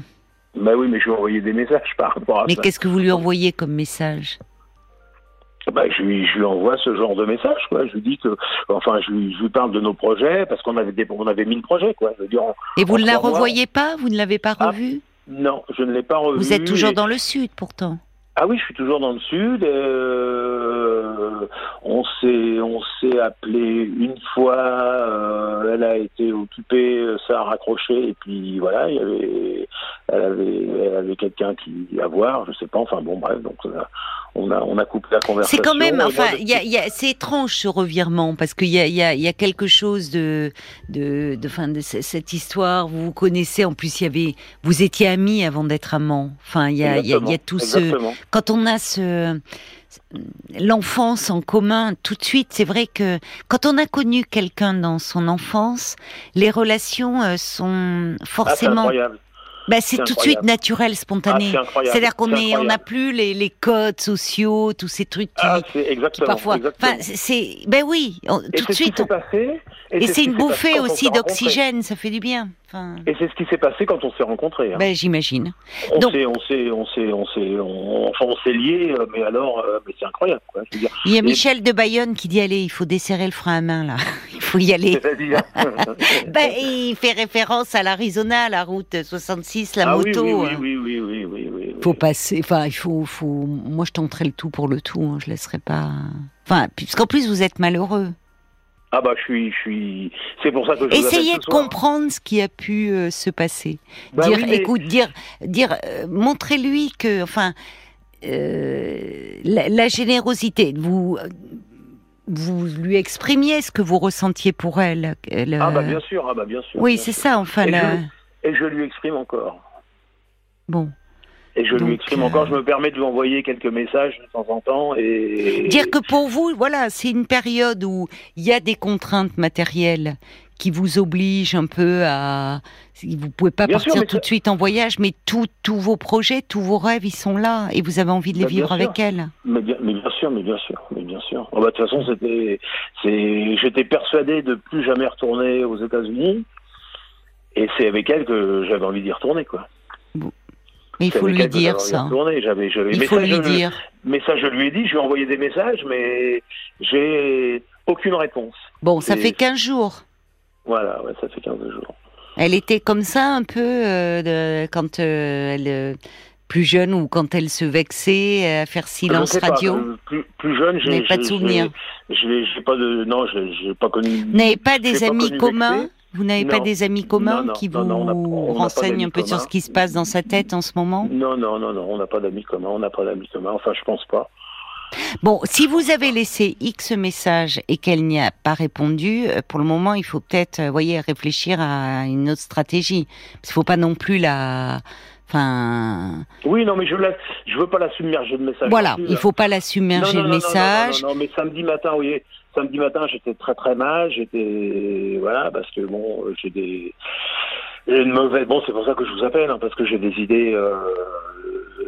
B: Bah oui, mais je lui ai envoyé des messages par rapport à
A: Mais
B: ça.
A: qu'est-ce que vous lui envoyez comme message
B: Bah, je, lui, je lui envoie ce genre de message, quoi. Je lui dis que, enfin, je lui, je lui parle de nos projets parce qu'on avait des, on avait mille projets, quoi. Je veux dire, on-
A: Et vous
B: En
A: ne la
B: trois mois.
A: revoyez pas Vous ne l'avez pas
B: Ah,
A: revue
B: non, je ne l'ai pas revu.
A: Vous êtes toujours
B: et-
A: dans le sud, pourtant.
B: Ah oui, je suis toujours dans le sud. euh, on s'est on s'est appelé une fois. euh, elle a été occupée, euh, ça a raccroché et puis voilà, il y avait elle avait elle avait quelqu'un qui à voir, je sais pas. Enfin bon bref, donc on a on a, on a coupé la conversation.
A: C'est quand même,
B: Et moi,
A: enfin,
B: je-
A: il y a, il y a- c'est étrange ce revirement parce qu'il y a, il y, a, il y a quelque chose de, de, de, fin, de ce- cette histoire. Vous vous connaissez, en plus, il y avait, vous étiez amis avant d'être amants. Enfin, il y a, il y a, il y a tout ce,
B: Exactement. Ah,
A: quand on a ce, l'enfance en commun, tout de suite, c'est vrai que quand on a connu quelqu'un dans son enfance, les relations euh, sont
B: Ah, c'est
A: forcément,
B: incroyable.
A: bah, c'est
B: C'est
A: tout de suite
B: incroyable.
A: naturel,
B: Ah,
A: spontané.
B: c'est incroyable.
A: C'est-à-dire qu'on
B: C'est
A: est, on n'a
B: incroyable.
A: plus les, les codes sociaux, tous ces trucs qui,
B: Ah, c'est
A: qui
B: exactement.
A: parfois.
B: exactement.
A: Enfin, c'est- c'est. Ben oui, on-
B: Et
A: tout de
B: c'est ce qui
A: suite.
B: s'est
A: on-
B: passé,
A: Et c'est
B: ce qui
A: une
B: s'est passé
A: bouffée
B: quand on
A: aussi
B: s'est rencontrés.
A: d'oxygène, ça fait du bien. Enfin...
B: Et c'est ce qui s'est passé quand on s'est rencontrés. hein.
A: Ben, j'imagine.
B: On
A: donc-
B: s'est, on s'est, on s'est, on s'est, on, enfin, on s'est liés, euh, mais alors, euh, mais c'est incroyable, quoi. Je veux dire,
A: Il y a
B: Et-
A: Michel de Bayonne qui dit allez, il faut desserrer le frein à main là. Il faut y aller.
B: c'est-à-dire.
A: Ben, il fait référence à l'Arizona, la route 66, la
B: ah oui,
A: moto.
B: oui,
A: hein.
B: oui, oui, oui, oui, oui, oui, oui.
A: faut passer. Enfin, il faut, faut. Moi, je tenterai le tout pour le tout. hein, Je laisserai pas. Enfin, puisqu'en plus vous êtes malheureux.
B: Ah bah, je suis, je suis. C'est pour ça que je vous appelle
A: Essayez
B: ce
A: de
B: soir.
A: comprendre ce qui a pu euh, se passer.
B: Bah
A: dire,
B: oui, mais-
A: écoute, dire, dire, euh, montrez-lui que, enfin, euh, la, la générosité. Vous, euh, vous lui exprimiez ce que vous ressentiez pour elle. euh, le-
B: Ah bah bien sûr, ah bah bien sûr.
A: oui,
B: bien
A: c'est
B: sûr.
A: ça. Enfin,
B: Et
A: la-
B: Et je lui exprime encore.
A: bon.
B: Et je
A: Donc,
B: lui exprime
A: euh,
B: encore. Je me permets de lui envoyer quelques messages de temps en temps et.
A: Dire que pour vous, voilà, c'est une période où il y a des contraintes matérielles qui vous obligent un peu à. Vous pouvez pas
B: Bien sûr,
A: partir
B: mais
A: tout de suite en voyage, mais tous tous vos projets, tous vos rêves, ils sont là et vous avez envie de les
B: Bah, bien
A: vivre
B: sûr.
A: avec elle.
B: Mais bien, mais bien sûr, mais bien sûr, mais bien sûr. Ah bah, de toute façon, c'était, c'est, j'étais persuadé de plus jamais retourner aux États-Unis. Et c'est avec elle que j'avais envie d'y retourner, quoi.
A: Mais il
B: C'est
A: faut
B: avec
A: lui
B: elle que
A: dire
B: j'avais envie d'y
A: ça.
B: retourner. J'avais, j'avais-
A: Il
B: mais
A: faut
B: ça,
A: lui
B: je,
A: dire.
B: Mais ça, je lui ai dit, je lui ai envoyé des messages, mais j'ai aucune réponse.
A: Bon, ça
B: Et-
A: fait 15 jours.
B: Voilà, ouais, ça fait 15 jours.
A: Elle était comme ça un peu euh, de- quand euh, elle euh, plus jeune ou quand elle se vexait euh, à faire
B: Je
A: silence
B: sais pas,
A: radio.
B: euh, plus, plus jeune,
A: Vous
B: j'ai
A: n'avez pas de
B: j'ai-
A: souvenirs.
B: j'ai- J'ai j'ai pas de, non, j'ai j'ai pas connu.
A: Vous n'avez pas
B: j'ai
A: des
B: pas
A: amis
B: connu
A: communs
B: vexé.
A: Vous n'avez pas
B: Non.
A: des amis communs
B: Non, non,
A: qui vous
B: non, non, on n'a- on n'a pas
A: renseignent
B: d'amis
A: un peu sur
B: communs.
A: ce qui se passe dans sa tête en ce moment
B: Non, non, non, non, on n'a pas d'amis communs, on n'a pas d'amis communs. Enfin, je pense pas.
A: Bon, si vous avez laissé X message et qu'elle n'y a pas répondu, euh, pour le moment, il faut peut-être, euh, voyez, réfléchir à une autre stratégie. Parce qu'il faut pas non plus la... Enfin,
B: Oui, non, mais je la, je veux pas la submerger de messages.
A: voilà,
B: non plus,
A: il
B: là.
A: faut pas la submerger
B: non,
A: de
B: non, non, non,
A: messages.
B: Non, non, non, mais samedi matin, vous voyez, samedi matin, j'étais très très mal, j'étais voilà parce que bon, euh, j'ai des j'ai une mauvaise. Bon, c'est pour ça que je vous appelle hein, parce que j'ai des idées. Euh...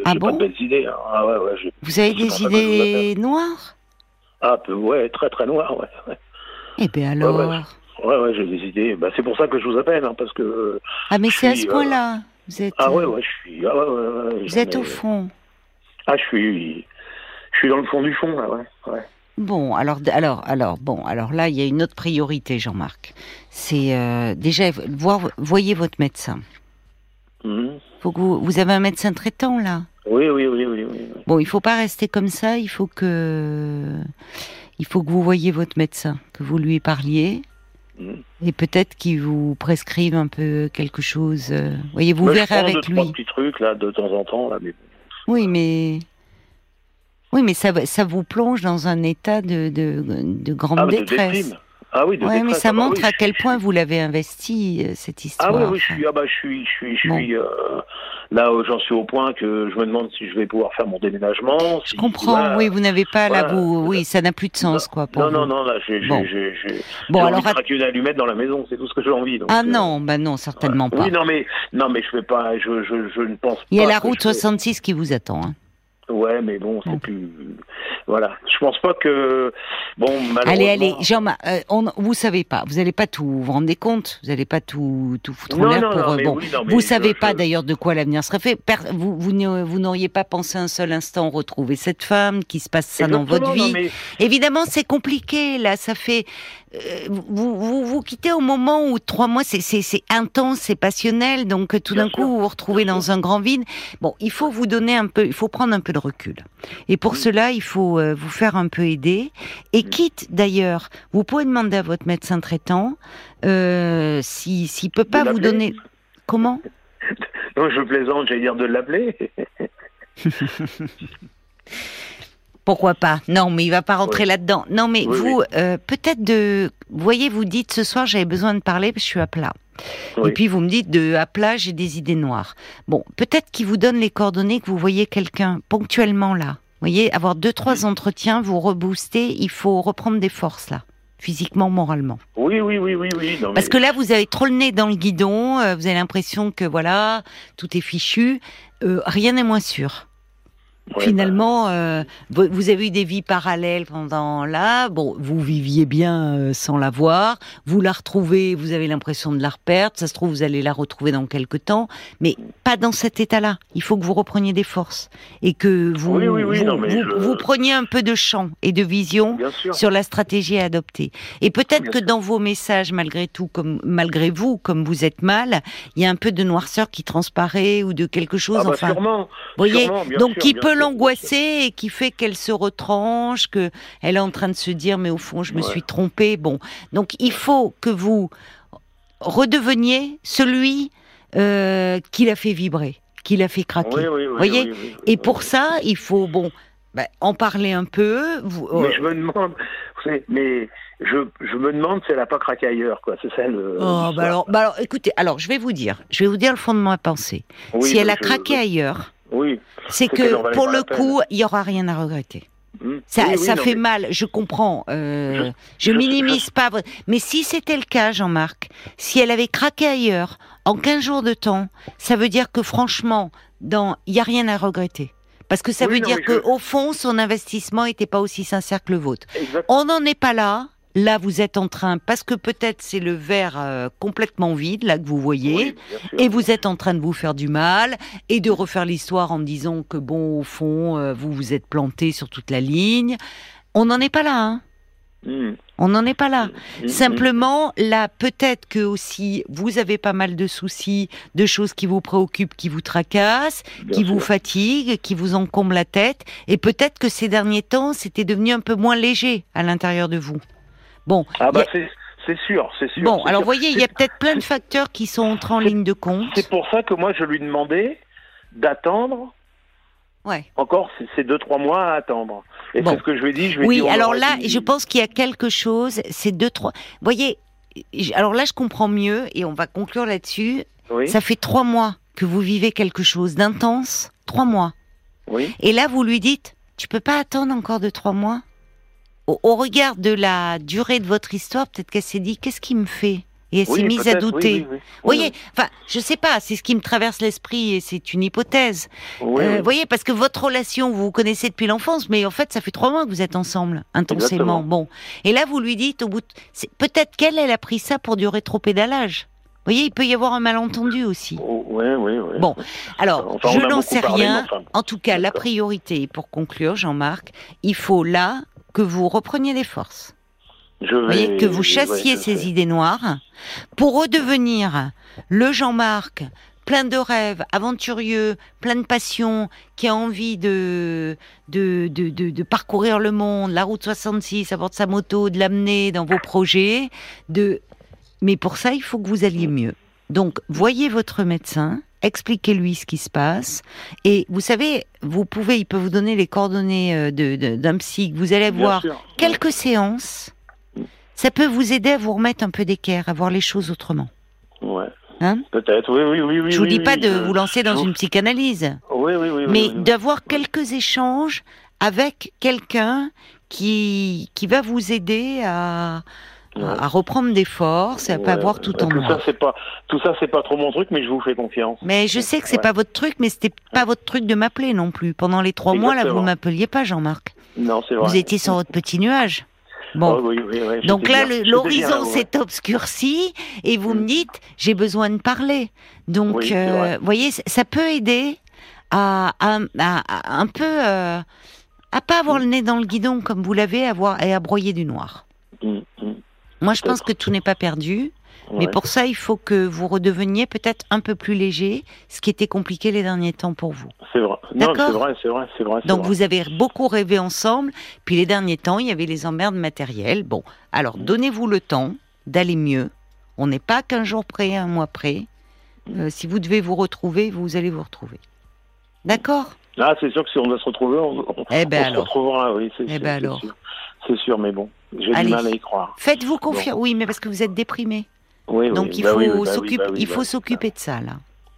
A: Ah
B: j'ai
A: bon
B: pas de belles idées. hein. Ah ouais, ouais, j'ai-
A: Vous avez
B: Je sais
A: des
B: pas comment je vous
A: idées noires
B: ah peu, ouais, très très noir, ouais. ouais.
A: Eh bien alors...
B: Ouais, ouais. Ouais, ouais, j'ai des idées. Bah, c'est pour ça que je vous appelle, hein, parce que. euh,
A: Ah mais
B: Je
A: c'est à
B: suis,
A: ce
B: euh,
A: point-là. Vous êtes, euh,
B: Ah ouais, ouais, je suis. Ah ouais, ouais, ouais,
A: vous
B: j'en
A: êtes
B: ai-
A: au fond.
B: Ah, je suis. Je suis dans le fond du fond, là, ouais. ouais.
A: Bon, alors, alors, alors, bon, alors là, il y a une autre priorité, Jean-Marc. C'est euh, déjà voir, voyez votre médecin.
B: Mhm.
A: Faut que vous, vous avez un médecin traitant là.
B: Oui, oui, oui, oui, oui. oui.
A: Bon, il faut pas rester comme ça. Il faut que, il faut que vous voyez votre médecin, que vous lui parliez,
B: Mhm.
A: et peut-être qu'il vous prescrive un peu quelque chose. euh, Voyez, vous
B: Bah, je
A: verrez
B: prends deux,
A: avec
B: trois
A: lui.
B: petits trucs, là, de temps en temps, là, mais
A: Oui, mais. Oui, mais ça, va- ça vous plonge dans un état de, de, de grande
B: Ah, mais de
A: détresse.
B: déprime. Ah oui, de
A: Ouais, mais
B: détresse.
A: ça
B: Ah bah
A: montre
B: oui,
A: à
B: je
A: quel
B: suis-
A: point vous l'avez investi, euh, cette
B: Ah
A: histoire.
B: oui, oui, je
A: Enfin,
B: suis, ah bah, je suis, je suis, je
A: Bon.
B: suis euh, là, euh, j'en suis au point que je me demande si je vais pouvoir faire mon déménagement.
A: je
B: si-
A: comprends,
B: voilà.
A: oui, vous n'avez pas là,
B: voilà,
A: vous, oui, ça n'a plus de sens, quoi, pour
B: Non, non,
A: vous.
B: non, là, j'ai, j'ai-
A: Bon.
B: j'ai, j'ai,
A: Bon,
B: j'ai
A: alors,
B: envie de craquer une allumette dans la maison, c'est tout ce que j'ai envie. donc,
A: ah
B: euh,
A: non, bah non, certainement pas.
B: Oui, non, mais, non, mais je vais pas, je, je, je ne pense
A: Il y a
B: pas
A: la
B: que
A: route
B: je vais-
A: 66 qui vous attend. hein.
B: Ouais, mais bon, c'est
A: Bon.
B: plus, voilà. Je pense pas que, bon, malheureusement.
A: Allez, allez, Jean-Marc, euh, on- vous savez pas, vous n'allez pas tout, vous vous rendez compte, vous n'allez pas tout, tout foutre en
B: Non,
A: l'air
B: non,
A: pour.
B: non,
A: euh,
B: mais
A: bon,
B: oui, non, Oh, mais
A: vous
B: je-
A: savez pas
B: je-
A: d'ailleurs de quoi l'avenir serait fait. Per- vous, vous, n'y- vous n'auriez pas pensé un seul instant retrouver cette femme, qui se passe ça dans votre
B: Exactement, non,
A: vie.
B: mais-
A: Évidemment, c'est compliqué. Là, ça fait. euh, vous, vous vous quittez au moment où trois mois, c'est- c'est c'est intense, c'est passionnel. Donc euh, tout
B: Bien
A: d'un
B: sûr,
A: coup, vous vous retrouvez
B: bien
A: dans un grand vide. Bon, il faut vous donner un peu, il faut prendre un peu de recul. Et pour
B: Oui.
A: cela, il faut euh, vous faire un peu aider. Et
B: Mm.
A: quitte d'ailleurs, vous pouvez demander à votre médecin traitant euh, si s'il peut pas vous
B: l'appeler.
A: donner. Comment
B: Non, je plaisante, j'allais dire de l'appeler.
A: Pourquoi pas Non, mais il va pas rentrer
B: Oui.
A: là-dedans. Non, mais
B: Oui,
A: vous, euh, peut-être de, vous voyez, vous dites ce soir j'avais besoin de parler, parce que je suis à plat.
B: Oui.
A: Et puis vous me dites de à plat j'ai des idées noires. Bon, peut-être qu'il vous donne les coordonnées que vous voyez quelqu'un ponctuellement là. Vous voyez, avoir deux trois entretiens, vous rebooster, il faut reprendre des forces là, physiquement, moralement.
B: Oui, oui, oui, oui, oui. Non,
A: Parce
B: mais-
A: que là, vous avez trop le nez dans le guidon, euh, vous avez l'impression que voilà, tout est fichu, Euh, rien n'est moins sûr.
B: Ouais, bah,
A: Finalement, euh, vous vous avez eu des vies parallèles pendant là. Bon, vous viviez bien euh, sans la voir. Vous la retrouvez, vous avez l'impression de la reperdre. Ça se trouve, vous allez la retrouver dans quelques temps, mais pas dans cet état-là. Il faut que vous repreniez des forces et que vous
B: Oui, oui, oui,
A: vous,
B: non, mais
A: vous-
B: je-
A: vous preniez un peu de champ et de vision
B: bah, Bien sûr.
A: sur la stratégie à adopter. Et peut-être
B: Bien
A: que
B: sûr.
A: dans vos messages, malgré tout, comme malgré vous, comme vous êtes mal, il y a un peu de noirceur qui transparaît ou de quelque chose.
B: Ah bah,
A: enfin,
B: sûrement.
A: vous voyez,
B: sûrement, bien
A: donc
B: sûr,
A: qui
B: bien
A: peut
B: sûr.
A: l'angoisser et qui fait qu'elle se retranche, que elle est en train de se dire mais au fond je me
B: Ouais.
A: suis trompée. Bon, donc il faut que vous redeveniez celui euh, qui l'a fait vibrer, hein, qui l'a fait craquer.
B: Oui, oui, oui,
A: voyez
B: oui, oui, oui.
A: Et pour ça, il faut bon bah, en parler un peu. Vous, oh,
B: Mais je me demande, vous savez, mais je, je me demande si elle a pas craqué ailleurs, quoi. euh, C'est ça le.
A: Oh,
B: l'histoire.
A: bah alors, bah alors, écoutez, alors je vais vous dire, je vais vous dire le fond de ma pensée.
B: Oui,
A: si elle
B: mais
A: a
B: je-
A: craqué ailleurs,
B: Oui.
A: c'est
B: qu'elle en
A: que
B: valait
A: pour
B: pas
A: le
B: la peine.
A: coup, il y aura rien à regretter.
B: Hmm.
A: Ça,
B: Oui, oui,
A: ça
B: non,
A: fait
B: mais-
A: mal, je comprends. euh, je,
B: je- je-
A: minimise pas. votre- Mais si c'était le cas, Jean-Marc, si elle avait craqué ailleurs en 15 jours de temps, ça veut dire que franchement, dans, il y a rien à regretter. Parce que ça
B: Oui,
A: veut
B: non,
A: dire
B: mais
A: que,
B: je-
A: au fond, son investissement n'était pas aussi sincère que le vôtre.
B: Exact-
A: On n'en est pas là. Là, vous êtes en train, parce que peut-être c'est le verre euh, complètement vide, là, que vous voyez.
B: oui, bien sûr.
A: Et vous êtes en train de vous faire du mal et de refaire l'histoire en disant que bon, au fond, euh, vous vous êtes planté sur toute la ligne. On n'en est pas là, hein
B: Hmm.
A: On n'en est pas là.
B: Hmm.
A: Simplement, là, peut-être que aussi, vous avez pas mal de soucis, de choses qui vous préoccupent, qui vous tracassent,
B: Bien
A: qui
B: sûr.
A: vous fatiguent, qui vous encombrent la tête. Et peut-être que ces derniers temps, c'était devenu un peu moins léger à l'intérieur de vous. Bon,
B: Ah bah
A: y a-
B: c'est c'est sûr, c'est sûr.
A: bon
B: c'est
A: alors
B: sûr.
A: voyez, il y a peut-être plein de facteurs qui sont entrés en
B: c'est-
A: ligne de compte.
B: C'est pour ça que moi je lui demandais d'attendre
A: Ouais.
B: encore ces- ces deux trois mois à attendre. Et
A: Bon.
B: c'est ce que je lui ai dit. Je lui ai
A: Oui,
B: dit, on
A: alors
B: aurait
A: là,
B: dit-
A: je pense qu'il y a quelque chose, c'est deux, trois... Voyez, j- alors là, je comprends mieux, et on va conclure là-dessus.
B: Oui,
A: Ça fait trois mois que vous vivez quelque chose d'intense, trois mois.
B: oui,
A: Et là, vous lui dites, tu peux pas attendre encore de trois mois au, au regard de la durée de votre histoire, peut-être qu'elle s'est dit, qu'est-ce qui me fait Et elle
B: oui,
A: s'est mise à
B: peut-être, oui,
A: douter.
B: oui, oui.
A: Vous voyez, enfin, je sais pas, c'est ce qui me traverse l'esprit et c'est une hypothèse.
B: Oui,
A: Euh,
B: oui.
A: Vous voyez, parce que votre relation, vous vous connaissez depuis l'enfance, mais en fait, ça fait trois mois que vous êtes ensemble, intensément.
B: Exactement.
A: Bon. Et là, vous lui dites, au bout de... c'est- Peut-être qu'elle, elle a pris ça pour du rétropédalage. Vous voyez, il peut y avoir un malentendu aussi.
B: Oh, oui, oui, oui.
A: Bon, alors,
B: Enfin,
A: je
B: on a
A: n'en
B: beaucoup
A: sais
B: parlé,
A: rien.
B: mais enfin,
A: En tout cas, la
B: D'accord.
A: priorité, pour conclure, Jean-Marc, il faut là que vous repreniez des forces.
B: je
A: Vous voyez,
B: vais-
A: que vous
B: ouais,
A: chassiez
B: je
A: ces
B: sais.
A: idées noires pour redevenir le Jean-Marc plein de rêves, aventurieux, plein de passion, qui a envie de de, de, de, de parcourir le monde, la route 66, à bord de sa moto, de l'amener dans vos projets. De... Mais pour ça, il faut que vous alliez mieux. Donc, voyez votre médecin, expliquez-lui ce qui se passe, et vous savez, vous pouvez, il peut vous donner les coordonnées euh, de- de- d'un psy que vous allez
B: Bien
A: voir
B: sûr.
A: quelques séances, ça peut vous aider à vous remettre un peu d'équerre, à voir les choses autrement.
B: Ouais.
A: Hein
B: Peut-être, oui, oui, oui, oui.
A: je vous
B: oui,
A: dis
B: oui,
A: pas de
B: je-
A: vous lancer dans
B: je-
A: une psychanalyse,
B: Oui, oui, oui. oui,
A: mais
B: oui, oui.
A: d'avoir quelques échanges avec quelqu'un qui qui va vous aider à à-
B: Ouais.
A: à reprendre des forces, et à
B: Ouais,
A: pas avoir
B: ouais.
A: tout
B: Bah,
A: en
B: tout
A: noir.
B: Ça, c'est pas, tout ça, c'est pas trop mon truc, mais je vous fais confiance.
A: Mais je sais que c'est
B: Ouais.
A: pas votre truc, mais c'était pas votre truc de m'appeler non plus. Pendant les trois mois là, vous
B: Exactement.
A: m'appeliez pas, Jean-Marc.
B: Non, c'est vrai.
A: Vous étiez sur votre petit nuage. Bon.
B: Ah oui, oui, oui,
A: Donc
B: j'étais
A: là,
B: bien-
A: le-
B: j'étais bien là,
A: l'horizon
B: ouais.
A: s'est obscurci et vous
B: Mm.
A: me dites, j'ai besoin de parler. Donc,
B: Oui, c'est
A: euh,
B: vrai.
A: vous voyez, c- ça peut aider à, à- à- à un peu euh, à pas avoir le nez dans le guidon comme vous l'avez, à voir et à broyer du noir.
B: Mm, mm,
A: Moi, je pense
B: Peut-être.
A: que tout n'est pas perdu, mais
B: ouais.
A: pour ça, il faut que vous redeveniez peut-être un peu plus léger, ce qui était compliqué les derniers temps pour vous.
B: C'est vrai. Non,
A: D'accord.
B: c'est vrai, c'est vrai, c'est vrai. c'est
A: Donc
B: vrai.
A: vous avez beaucoup rêvé ensemble, puis les derniers temps, il y avait les emmerdes matérielles. Bon, alors
B: Mm.
A: donnez-vous le temps d'aller mieux. On n'est pas qu'un jour près, un mois près.
B: Mm.
A: Euh, si vous devez vous retrouver, vous allez vous retrouver. D'accord
B: Ah, c'est sûr que si on doit se retrouver, on, on-
A: Eh ben
B: on se
A: alors.
B: retrouvera, oui, c'est
A: Eh
B: sûr.
A: ben
B: c'est
A: alors.
B: sûr. C'est sûr, mais bon, j'ai
A: Allez.
B: du mal à y croire.
A: Faites-vous confiance. Oui, mais parce que vous êtes déprimé.
B: Oui, oui,
A: Donc il
B: bah
A: faut
B: oui, oui, bah oui,
A: s'occuper,
B: bah oui,
A: il
B: bah
A: faut
B: oui.
A: s'occuper de ça là.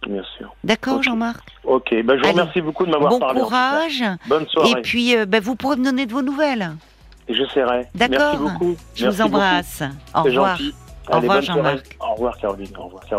B: Bien sûr.
A: D'accord,
B: Ok.
A: Jean-Marc.
B: Ok, bah, je vous
A: Allez.
B: remercie beaucoup de m'avoir
A: Bon
B: parlé. en tout cas.
A: courage.
B: Bonne
A: Et
B: soirée.
A: puis, euh, ben, vous pourrez me donner de vos nouvelles.
B: J'essaierai.
A: D'accord.
B: Merci beaucoup.
A: Je
B: Merci
A: vous embrasse. Au
B: beaucoup. C'est
A: revoir.
B: gentil.
A: Au revoir,
B: Allez, bonne soirée.
A: Jean-Marc.
B: Au revoir, Caroline. Au revoir.